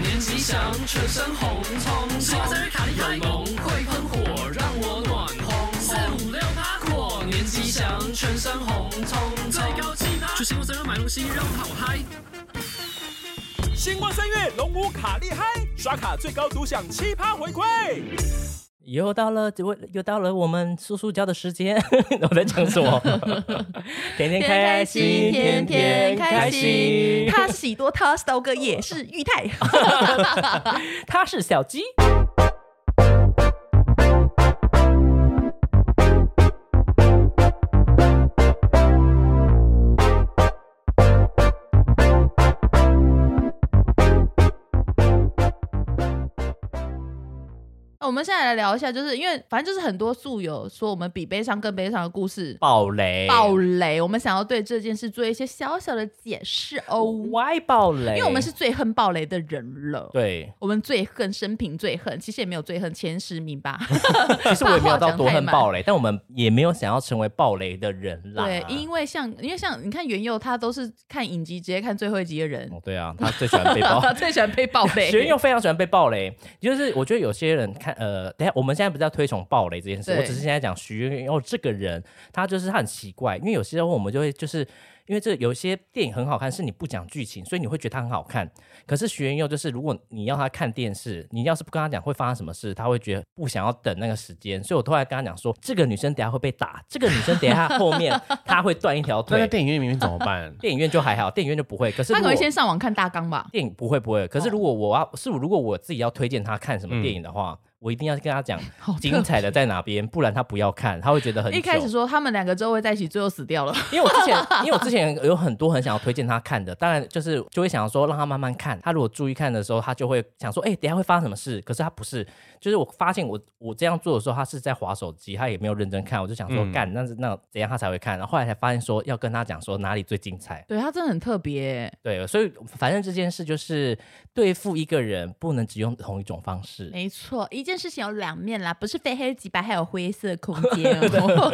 年吉祥，全身红彤彤。十八生日卡利太浓，会喷火，让我暖烘。四五六趴过年吉祥，全身红彤彤。最高气趴，去星光三月买东西，让我好嗨。星光三月龙舞卡厉害，刷卡最高独享七趴回馈。又到了，我又到了我们叔叔教的时间。 我在讲什么？天天开心，天天开心。他喜多，他刀哥也是 裕泰。他是小鸡。我们现在来聊一下，就是因为反正就是很多宿友说我们比悲伤更悲伤的 故事暴雷，暴雷，我们想要对这件事做一些小小的解释哦， ，why 暴雷？因为我们是最恨暴雷的人了。。对，我们最恨生平最恨，其实也没有最恨前十名吧。其实我也没有把话到讲多太恨满暴雷，但我们也没有想要成为暴雷的人 啦。对，因为像因为像你看袁佑，他都是看影集直接看最后一集的人，哦对啊，他最喜欢被暴 他最喜欢被暴 雷。学员又非常喜欢被暴雷，就是我觉得有些人看，呃，等一下我们现在不是要推崇暴雷这件事，对我只是现在讲徐渊佑这个人，他就是他很奇怪，因为有些时候我们就会就是。因为这有些电影很好看，是你不讲剧情，所以你会觉得它很好看。可是徐元佑就是，如果你要他看电视，你要是不跟他讲会发生什么事，他会觉得不想要等那个时间。所以我突然跟他讲说，这个女生等一下会被 打，这个女生等一下后面她会断一条 那在腿。？电影院里面怎么办电影院就还好，电影院就不会。可是他如可能果先上网看大纲吧。电影不会不会，可是哦嗯如果我要、是如果我自己要推荐他看什么电影的话，我一定要跟他讲 好精彩的在哪边，不然他不要看，他会觉 得很一开始糗说他们两个之后会在一起，最后死掉了。 因为我之前因为我之前有很多很想要推荐他看的，当然就是就会想要说让他慢慢看，他如果注意看的时候，他就会想说，哎、等一下会发生什么事？可是他不是，就是我发现我我这样做的时候，他是在划手机，他也没有认真看，我就想说嗯干、那是那怎样他才会看？然后后来才发现说要跟他讲说哪里最精彩。对他真的很特别，对，所以反正这件事就是对付一个人不能只用同一种方式。 没错，一件事情有两面啦，不是非黑即白，还有灰色空间 哦。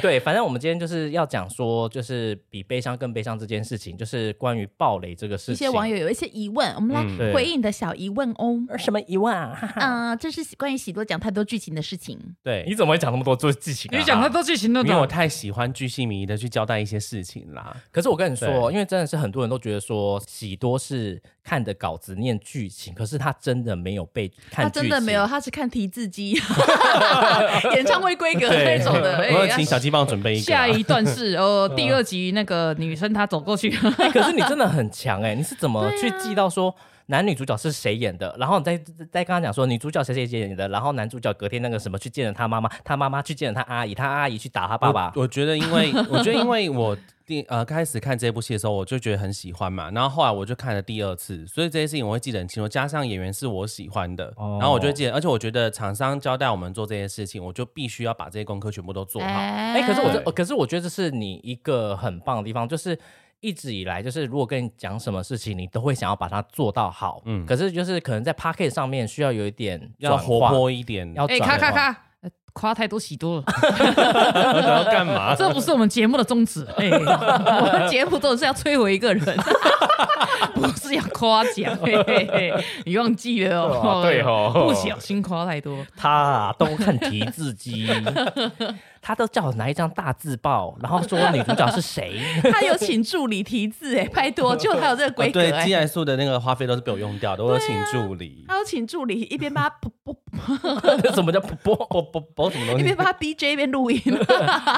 对，反正我们今天就是要讲说，就是比悲伤更悲伤这件事情，就是关于暴雷这个事情。一些 网友有一些疑问，我们来嗯对回应你的小疑问哦。呃什么疑问啊？哈 哈嗯、这是关于喜多讲太多剧情的事情。对，你怎么会讲那么多做剧情啊？多剧情都因为我太喜欢巨细靡遗的去交代一些事情啦。可是我跟你说，对因为真的是很多人都觉得说喜多是看的稿子念剧情，可是他真的没有被看他剧情，真的没有，他是看提字机， 演唱会规格那对，种的。哎我有呀请小鸡帮我准备一个下啊。 嗯一段是哦呃第二集那个女生她走过去，哎。可是你真的很强哎、你是怎啊么去记到说？男女主角是谁演的？然后你再再跟他讲说女主角谁谁谁演的，然后男主角隔天那个什么去见了他妈妈，他妈妈去见了他阿姨，他阿姨去打他爸爸。我我觉得，因为我觉得，因为我第呃开始看这部戏的时候，我就觉得很喜欢嘛，然后后来我就看了第二次，所以这些事情我会记得很清楚。加上演员是我喜欢的，哦然后我就会记得，而且我觉得厂商交代我们做这些事情，我就必须要把这些功课全部都做好。哎、 哎可是我对这，可是我觉得这是你一个很棒的地方，就是一直以来，就是如果跟你讲什么事情，你都会想要把它做到好。嗯，嗯可是就是可能在 p a c k e t 上面需要有一点要转活化，泼一点，要哎，转咔化咔咔，呃夸太多喜多了，要要干嘛？ 这不是我们节目的宗 旨。哎，我们节目都是要摧毁一 个人，不是要夸奖，嘿嘿嘿，你忘记了哦，对哦不小心夸太多，他啊都看提字机， 他都叫我拿一张大字报，然后说女主角是谁。他有请助理提字，哎，拜托，就他有这个啊规格，对，哎哦寄来素的那个花费都是被我用掉的，我有请助理。他有请助理一边帮他噗噗，什么叫波 波波波什么东一西边？帮他 DJ 一边录音，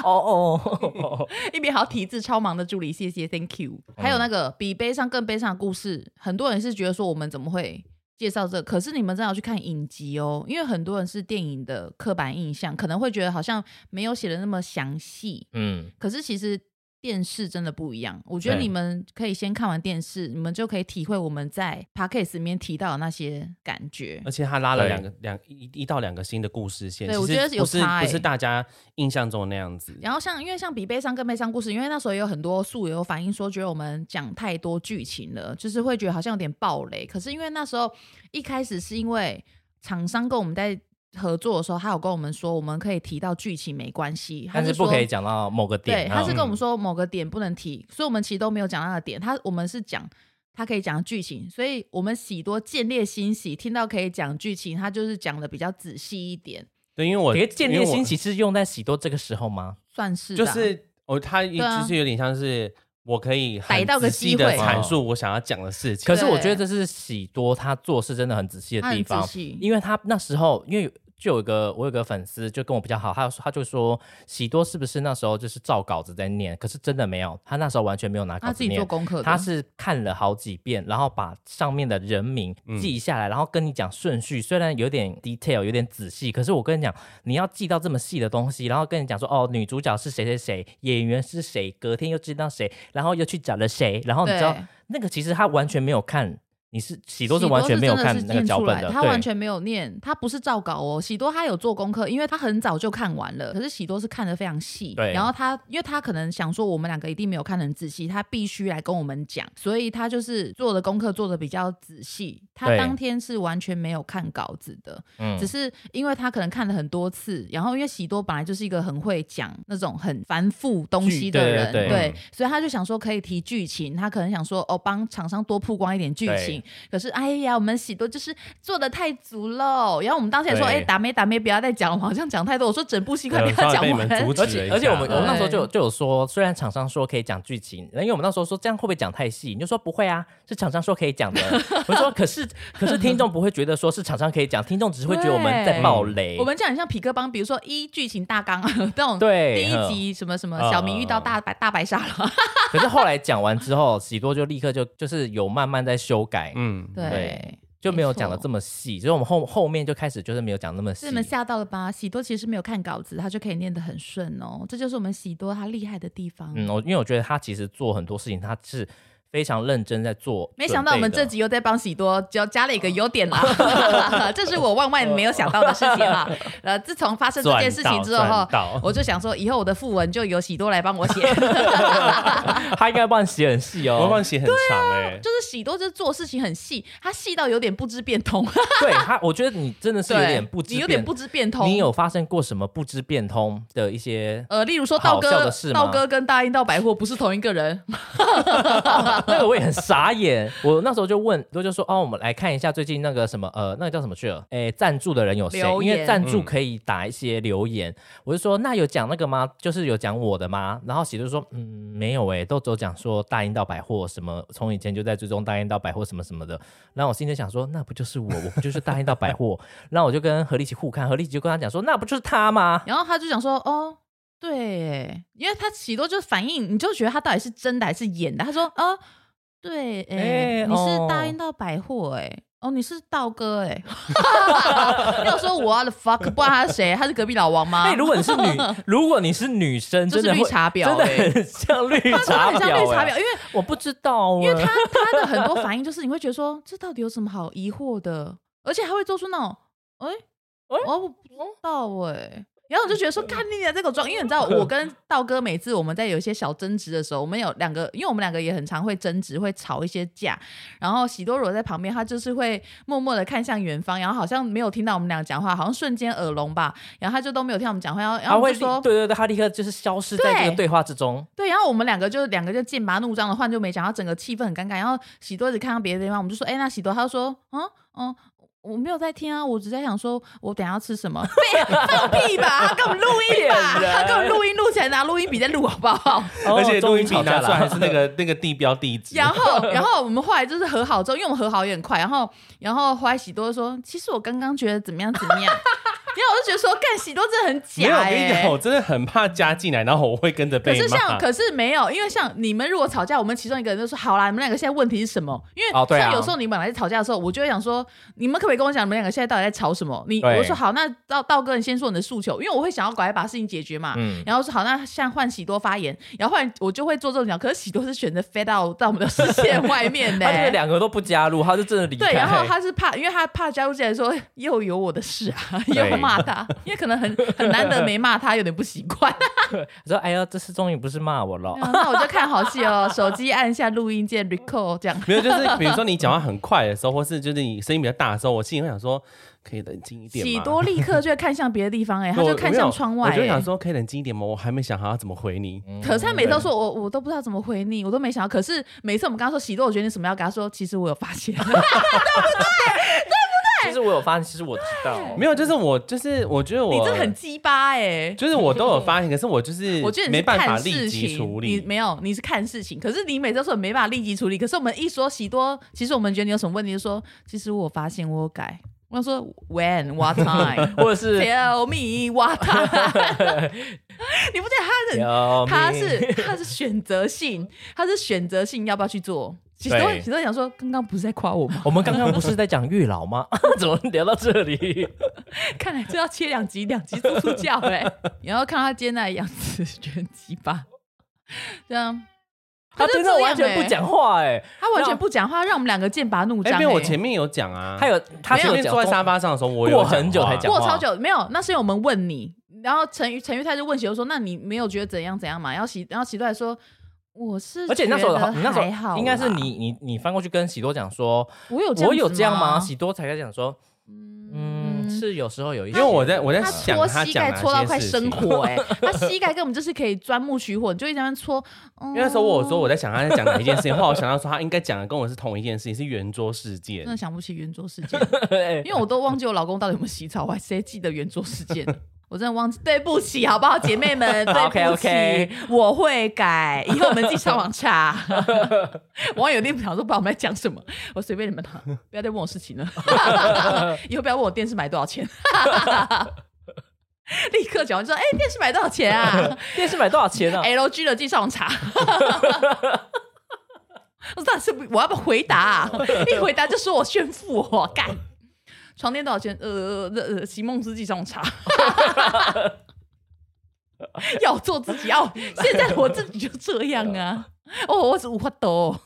哦哦，一边还要提字，超忙的助理，谢谢，Thank you。还有那个比悲伤更悲伤的故事，很多人是觉得说我们怎么会介绍这个可是你们真的要去看影集哦，因为很多人是电影的刻板印象，可能会觉得好像没有写的那么详细，嗯，可是其实。电视真的不一样，我觉得对你们可以先看完电视，你们就可以体会我们在 podcast 里面提到的那些感觉而。且他拉了对两个两一一到两个新的故事线，对其我实觉得有不是差欸不是大家印象中那样子。然后像因为像比悲伤更悲伤故事，因为那时候也有很多素友反映说，觉得我们讲太多剧情了，就是会觉得好像有点暴雷。可是因为那时候一开始是因为厂商跟我们在合作的时候，他有跟我们说，我们可以提到剧情没关系，但是他说不可以。讲到某个对，点。他是嗯跟我们说某个点不能提，所以我们其实都没有讲那个点。他我们是讲他可以讲剧情，所以我们喜多见猎欣喜，听到可以讲剧情，他就是讲的比较仔细一点，对，因为我可是见猎心情情是用在喜多这个时候吗？算是就吧是哦，他一对啊就是有点像是我可以很逮到个仔细机地会阐述我想要讲的事情可。是我觉得这是喜多他做事真的很仔细的他地很仔方，细，因为他那时候因为。就有一个我有个粉丝就跟我比较好，他他就说喜多是不是那时候就是照稿子在念，可是真的没有，他那时候完全没有拿稿他自子己念做，功课的，他是看了好几遍，然后把上面的人名记下来，然后跟你讲顺序。虽然有点 detail，有点仔细，可是我跟你讲，你要记到这么细的东西，然后跟你讲说，哦，女主角是谁谁谁，演员是谁，隔天又知道谁，然后又去找了谁，然后你知道对那个其实他完全没有看，你是喜喜多是完全没有真的看是那个念脚出本来的，他完对。全没有念，他不是照稿哦。喜多他有做功课，因为他很早就看完了，可是喜多是看的非常细。对然后他因为他可能想说我们两个一定没有看得很仔细，他必须来跟我们讲，所以他就是做的功课做的比较仔细。他对当天是完全没有看稿子的，嗯只是因为他可能看了很多次，然后因为喜多本来就是一个很会讲那种很繁复东西的剧对人，对嗯所以他就想说可以提剧情，他可能想说哦帮厂商多曝光一点剧情对，可是哎呀我们喜多就是做的太足了，然后我们当时也说对哎打没打没不要再讲了，我好像讲太多，我说整部戏快呃被稍 他微讲被你完们，阻而止了且一下，嗯而且我们我们那时候对就有就有说，虽然厂商说可以讲剧情，因为我们那时候说这样会不会讲太细？你就说不会啊，是厂商说可以讲的。 我说可是可是听众不会觉得说是厂商可以讲，听众只会觉得我们在爆雷我。们讲很像匹克帮，比如说一剧情大纲那种，对第一嗯集什么什么嗯小明遇到嗯嗯大白大白鲨了，可是后来讲完之后，喜多就立刻就就是有慢慢在修改，嗯，对 对。就没有讲的么。这么细。所以我们后后面就开始就是没有讲那么细是你。们吓到了吧？喜多其实没有看稿子，他就可以念得很顺哦，这就是我们喜多他厉害的地方。嗯，我因为我觉得他其实做很多事情，他是非常认真在做。没想到我们这集。又在帮喜多就加了一个优点啦， 这是我万万没有想到的事情 啦。呃，自从发生这件事情之后赚到，我就想说以后我的副文就由喜多来帮我 写。他应该帮你写很细我哦忘，写很啊长哎、就是喜多就是做事情很细，他细到有点不知变通， 对他，我觉得你真的是有对点不知，你有点不知变通。你有发生过什么不知变通的一些？ 呃，例如说道好笑哥的事，吗道哥跟大英道百货不是同一个人，那个我也很傻眼，我那时候就问，我就说哦，我们来看一下最近那个什么呃，那个叫什么去了？诶，赞助的人有谁？留因言为赞助可以打一些留言。我就说那有讲那个吗？就是有讲我的吗？然后喜就说嗯，没有诶，都只有讲说大英道百货什么，从以前就在追踪大英道百货什么什么的。然后我心里想说那不就是我，我不就是大英道百货？ 然后我就跟何立奇互看，何立奇就跟他讲说那不就是他吗？然后他就想说，哦，对耶，因为他喜多就反应，你就觉得他到底是真的还是演的。他说，哦，对，哎、哎你哦是大英到百货，哎。哦，你是道哥哎、 欸，要说我的 fuck，不知道他是谁，他是隔壁老王吗？哎、如果你是女， 如果你是女生，啊真就是的绿会茶婊真的欸很像绿他真的 茶婊、很像绿茶欸婊，因为我不知道、欸，因为他他的很多反应就是你会觉得说，这到底有什么好疑惑的？而且还会做出那种，哦哎、哎我不知道哎、然后我就觉得嗯说，看你在这个装，因为你知道，我跟道哥每次我们在有一些小争执的时候，我们有两个，因为我们两个也很常会争执，会吵一些架。然后喜多罗在旁边，他就是会默默的看向远方，然后好像没有听到我们俩讲话，好像瞬间耳聋吧，然后他就都没有听我们讲话，然后然他后我会们就说立对对对，他立刻就是消失在这个对对话之中。对，然后我们两个就两个就剑拔弩张的，换就没讲，然后整个气氛很尴尬。然后喜多一直看到别的地方，我们就说：“哎、那喜多。”他就说：“嗯嗯，我没有在听啊，我只在想说我等一下要吃什么。对”啊放屁吧，他给我们录音吧，骗人他给我们录音录起来，拿录音笔在录好不好？ 而且录哦终于音笔吵架拿出来还了，是那个那个地标地址，然后，然后我们后来就是和好之后，因为我们和好也很快，然后，然后后来喜多说：“其实我刚刚觉得怎么样怎么样。” 然后我就觉得说：“干喜多真的很没有，假、我欸。”跟你讲，我真的很怕加进来，然后我会跟着可被是骂像，。可是没有，因为像你们如果吵架，我们其中一个人就说：“好啦，你们两个现在问题是什么？”因为哦对啊像有时候你们本来在吵架的时候，我就会想说：“你们可不可以跟我讲，你们两个现在到底在吵什么？”你对我说：“好，那道道哥，你先说你的诉求，因为我会想要赶快把事情解决嘛。嗯然后说：“好，那像换喜多发言，然后换我就会做这种讲。可是喜多是选择飞到到我们的视 线外面的、欸他就是两个都不加入，他就真的离开。对，然后他是怕，因为他怕加入进来说又有我的事啊，又对骂他，因为可能很很难得没骂他，有点不习惯。说哎呀，这次终于不是骂我了。那我就看好戏哦，手机按一下录音键 record 这 样。没有，就是比如说你讲话很快的时候，或是就是你声音比较大的时候，我心里会想说，可以冷静一点吗喜多立刻就会看向别的地方、哎，他我就看我没有向窗外、哦我就想哎。说可以冷静一点吗？我还没想好要怎么回你。可是他每次都说我我都不知道怎么回你，我都没想到。可是每次我们跟他说喜多，我觉得你什么要给他说，其实我有发 现。其实我有发现，其实我知道。没有，就是我就是我觉得我你真的很鸡巴哎、就 是我都有发现，可是我就是我觉得你没是办看法事立即情，处你理。没有，你是看事情。可是你每次都说没办法立即处理，可是我们一说喜多，其实我们觉得你有什么问题，就说其实我发现我有改。我想说 when what time 或者是 tell me what time，你不哎觉得他很有他命是他是选择性，他是选择性要不要去做？其实我对其实我想说，刚刚不是在夸我吗？ 我们刚刚不是在讲月老吗？ 怎么聊到这里？看来这要切两集，两集猪猪叫哎、 然后看他今天那样子，觉得很鸡巴。 这样，他就真这的样完全欸不讲话哎、他完全不讲话，让我们两个剑拔怒哎，张、欸。因为我前面有讲啊，他有他是前有面讲坐在中沙发上的时候，我过有讲很久话才讲过话超久，没有，那是因为我们问你，然后陈宇陈玉泰就问喜多说：“那你没有觉得怎样怎样嘛？”然后喜然后喜多还说：“我是，而且那时候你那时还好候啦，应该是你你你翻过去跟喜多讲说，我有我有这这样样子吗？喜多才开始讲说，嗯，是有时候有一因些，为我 在我在他想搓他膝讲啊盖哪搓到些快事生情火哎、他膝盖根本就是可以钻木取火，你就一直在那边搓。哦因因为那时候我有说我在想他在讲哪一件事情，后来我想到说他应该讲的跟我是同一件事情，是圆桌事件真。的想不起圆桌事件，哎因为我都忘记我老公到底有没有洗澡，我还谁记得圆桌事件？我真的忘记，对不起，好不好，姐妹们，对不起 OK，OK 我会改，以后我们自己上网查。网友一定想说，不知道我们在讲什么，我随便你们啦，不要再问我事情了，以后不要问我电视买多少钱。 立刻讲完就说：“哎、电视买多少钱啊？电视买多少钱 啊？ LG 的自己上网查。我到底是不我要不要回答、啊？一回答就说我炫富、我干。床垫多少钱？呃，呃呃，席梦思自己上网查。 要做自己，要现在我自己就这样啊。哦，我只无法哦抖。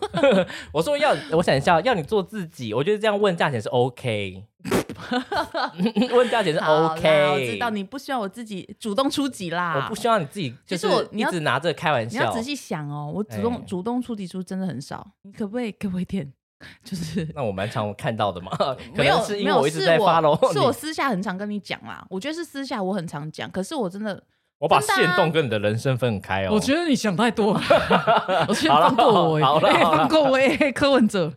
我说要，我想一下，要你做自己，我觉得这样问价钱是 OK，问价钱是好啦 OK，我知道你不需要我自己主动出击啦。我不希望你自己就其实是我你一要直拿这个开玩你要笑仔。细想哦，我主动、哎主动出击出真的很少。你可不可以给我一点，就是那我蛮常看到的嘛，可没有能是因为没有我一直在发喽，是 我私下很常跟你讲啦。我觉得是私下我很常讲，可是我真的，我把真的啊线动跟你的人生分开哦。我觉得你想太 多了，我觉得好了放过我耶，好了哎好了放过我耶，柯文哲，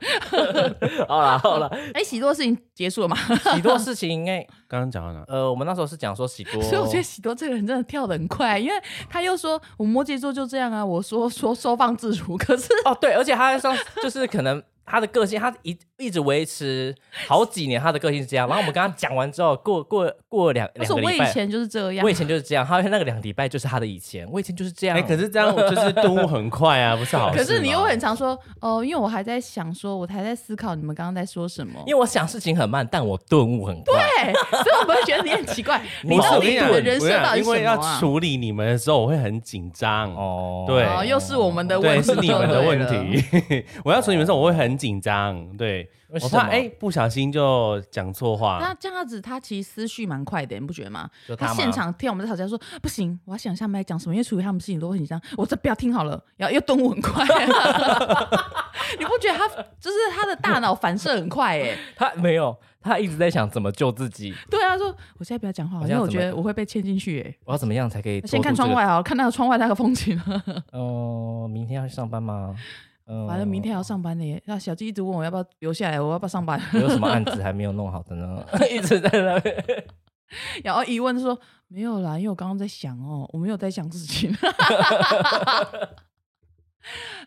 好了好 了，哎、喜多事情结束了嘛？喜多事情应该刚刚讲到哪？呃，我们那时候是讲说喜 多，所以我觉得喜多这个人真的跳得很快，啊因为他又说我摩羯座就这样啊，我说 说收放自如，可是哦对，而且他上就是可能他的个性，他一一直维持好几年，他的个性是这样。然后我们跟他讲完之后，过过过两他两说个我以礼拜。前就是这样我以，前就是这样，他那个两个礼拜就是他的以前，我以前就是这样。哎，可是这样就是顿悟很快啊，不是好事 吗。可是你又会很常说哦，因为我还在想说，我还在思考你们刚刚在说什么。因为我想事情很慢，但我顿悟很快。对，所以我们会觉得你很奇 怪，你不是到我底你跟你的讲人生我跟你到讲底因是为什么要啊？处理你们的时候，我会很紧张。哦，对哦，又是我们的问对，题，是你们的问就对了。 题。我要处理你们的时候，我会很紧张。对，为我什么怕哎不小心就讲错那话。这样子，他其实思绪蛮快的，你不觉得吗？就他他吗现场听我们在吵架说，不行，我要想一下我们来讲什么，因为处理他们事情都会很紧张，我这不要听好了，然后又动很快，你不觉得他就是他的大脑反射很快哎？他没有，他一直在想怎么救自己，对啊，他说我现在不要讲话，我因现在为我怎么觉得我会被牵进去哎。我要怎么样才可以、先看窗。外好了，看那个窗外那个风景。 哦、明天要去上班吗？嗯、反正明天还要上班的耶。那小鸡一直问我要不要留下来，我要不要上班？嗯有什么案子还没有弄好的呢？ 一直在那边。然后一问就说没有啦，因为我刚刚在想哦，我没有在想事情。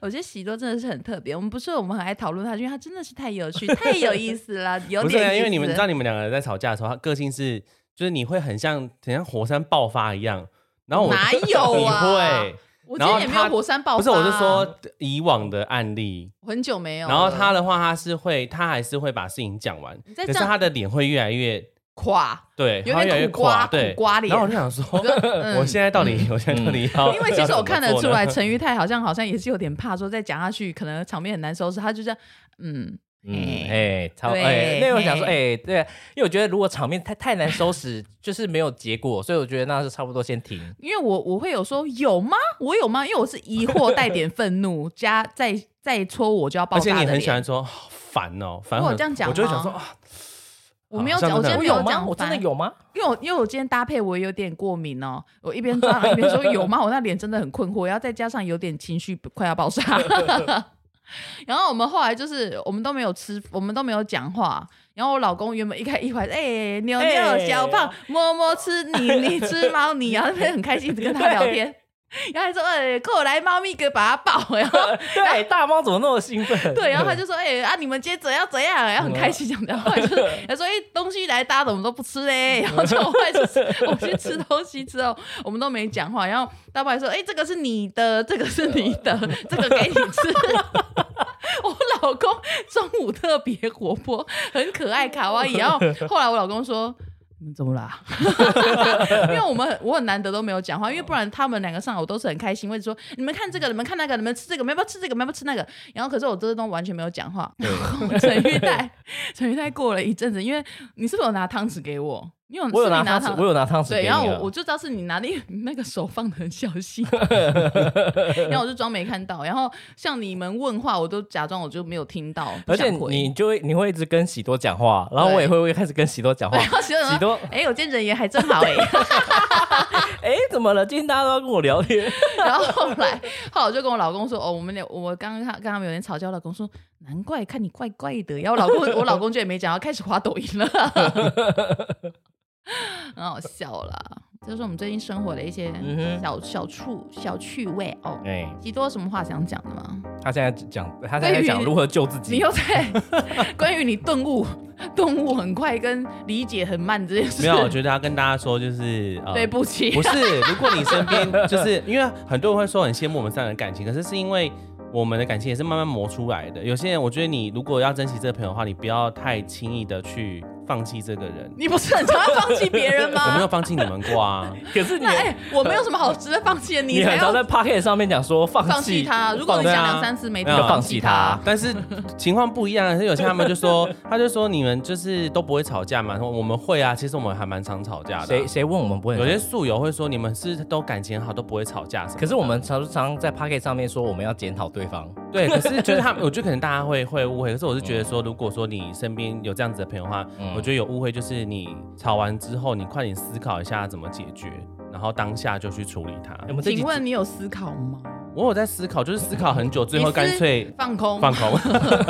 我觉得喜多真的是很特别，我们不是我们很爱讨论他，因为他真的是太有趣、太有意思了，有不是啊，点意思因为你们知道你们两个人在吵架的时候，他个性是就是你会很像很像火山爆发一样。然后我哪有啊 你会。我今天也没有火山爆发，不是，我是说以往的案例。我很久没有了。然后他的话，他是会，他还是会把事情讲完，再可这是样他的脸会越来越垮，对，有他越来越点苦瓜垮，苦对。瓜然后我就脸。想说， 嗯我现在到底，我现在到底要？因为其实我看得出来，要怎么做呢陈玉泰好像好像也是有点怕，说再讲下去可能场面很难收拾。他就这样，嗯，嗯， 哎，超对哎，那我想说，嘿哎，对，因为我觉得如果场面太太难收拾，就是没有结果，所以我觉得那是差不多先停。因为我我会有说有吗？我有吗？因为我是疑惑带点愤怒， 加再再戳我就要爆而且炸你的很喜脸欢。说好烦哦，反我有正这样讲我就会吗想说啊，我没有好像讲，我今真天的我没有讲吗？我真的烦，有 吗？ 因为我因为我今天搭配我有点过敏哦，我一边抓一边说有吗？我那 脸真的很困惑，然后再加上有点情绪快要爆炸。然后我们后来就是我们都没有吃，我们都没有讲话。然后我老公原本一开一怀，哎、牛牛、哎小胖摸摸吃你你吃猫你，然后那边很开心的跟 他聊天，然后还说哎、过来猫咪给我把它抱， 然后对，大猫怎么那么兴奋？对，然后他就说：“哎、啊，你们接着要怎样？”然后很开心讲讲话，就是他说：“哎、东西来，大家怎么都不吃嘞？”然后就后来就是我们去吃东西之后，我们都没讲话，然后大伯还说：“哎、这个是你的，这个是你的，这个给你吃。” 我老公中午特别活泼，很可爱，卡哇伊。然后 后来我老公说。你们怎么啦？因为我们很我很难得都没有讲话，因为不然他们两个上来我都是很开心，会说你们看这个，你们看那个，你们吃这个，你们要不要吃这个，你们要不要吃那个？然后可是我这都完全没有讲话。然后陈玉带，陈玉带过了一阵子，因为你是不是有拿汤匙给我？你有 我有是拿你拿汤匙，我有拿汤匙给对，你啊然后了。我我就知道是你拿的，因为你那个手放的很小 心，然后我就装没看到。然后像你们问话，我都假装我就没有听到，不而且想回你就会你会一直跟喜多讲话，然后我也会会开始跟喜多讲话 对，。然后喜喜多多，哎、我今天人也还真好哎、哎，怎么了？今天大家都要跟我聊 天， 然后后来，后来我就跟我老公说，哦，我们俩，我刚刚跟他们有点吵架，我老公说，难怪看你怪怪的。然后我老公，我老公就也没讲，然后开始滑抖音了， 很好笑啦。这就是我们最近生活的一些嗯哼小、小处小趣味哦。哎，吉多有什么话想讲的吗？他现在讲，他现在讲如何救自你己又。在 关于你顿悟、顿悟很快跟理解很慢这件事，没有，我觉得要跟大家说就是呃对不起，不是，如果你身边就是因为很多人会说很羡慕我们三个人的感情，可是是因为我们的感情也是慢慢磨出来的。有些人，我觉得你如果要珍惜这个朋友的话，你不要太轻易的去放弃这个人。你不是很常要放弃别人 我没吗有？放弃你们过啊，可是你那哎、我没有什么好值得放弃的，你才很要常在 Pocket 上面讲说放放弃弃他。如果你对想啊两三次没没有听放弃他，但是情况不一样。啊是有些他们就说，他就说你们就是都不会吵架嘛，我们会啊，其实我们还蛮常吵架的谁啊。谁问我们不会有很些宿友会说你们是都感情好都不会吵架什么的，可是我们常常在 Pocket 上面说我们要检讨对方， 对，可是就是他们，我觉得可能大家会会误会。可是我是觉得说，如果说你身边有这样子的朋友的话，嗯我觉得有误会就是你吵完之后，你快点思考一下怎么解决，然后当下就去处理它。哎我们这集请问你有思考吗？我有在思考，就是思考很久，最后干脆放空。放空。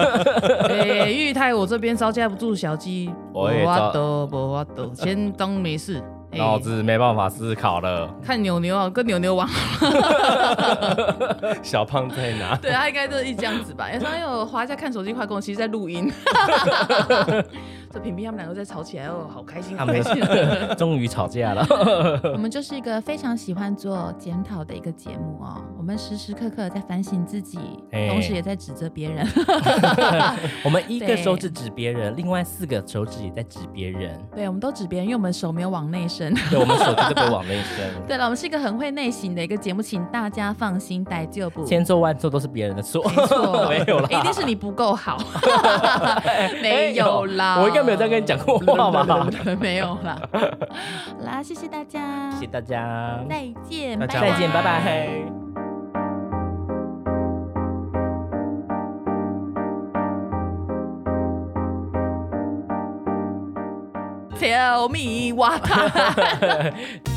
哎、 玉泰，我这边招架不住小鸡，我也招得，我得，先当没 事。哎脑子没办法思考了。看牛牛啊，跟牛牛玩。小胖在哪？ 对他应该就是一直这样子吧。然后哎呦，华一下看手机快跟我，其实在录音。 这屏蔽他们两个在吵起来哦，好开心，他好们开心。 终于吵架了， 我们就是一个非常喜欢做检讨的一个节目哦，我们时时刻刻在反省自己，哎同时也在指责别人。 我们一个对手指指别人，另外四个手指也在指别 人，对，我们都指别人，因为我们手没有往内伸。 对，我们手机都被往内伸。对了，我们是一个很会内省的一个节目，请大家放心，待就不。千错万错都是别人的错，没 错，没有啦，一定是你不 够好，没有啦，我应 该没有这样跟你讲过话吧？ 没有啦，好啦，谢谢大家，谢谢大家，再见，大家再见，拜拜。 Tell me what I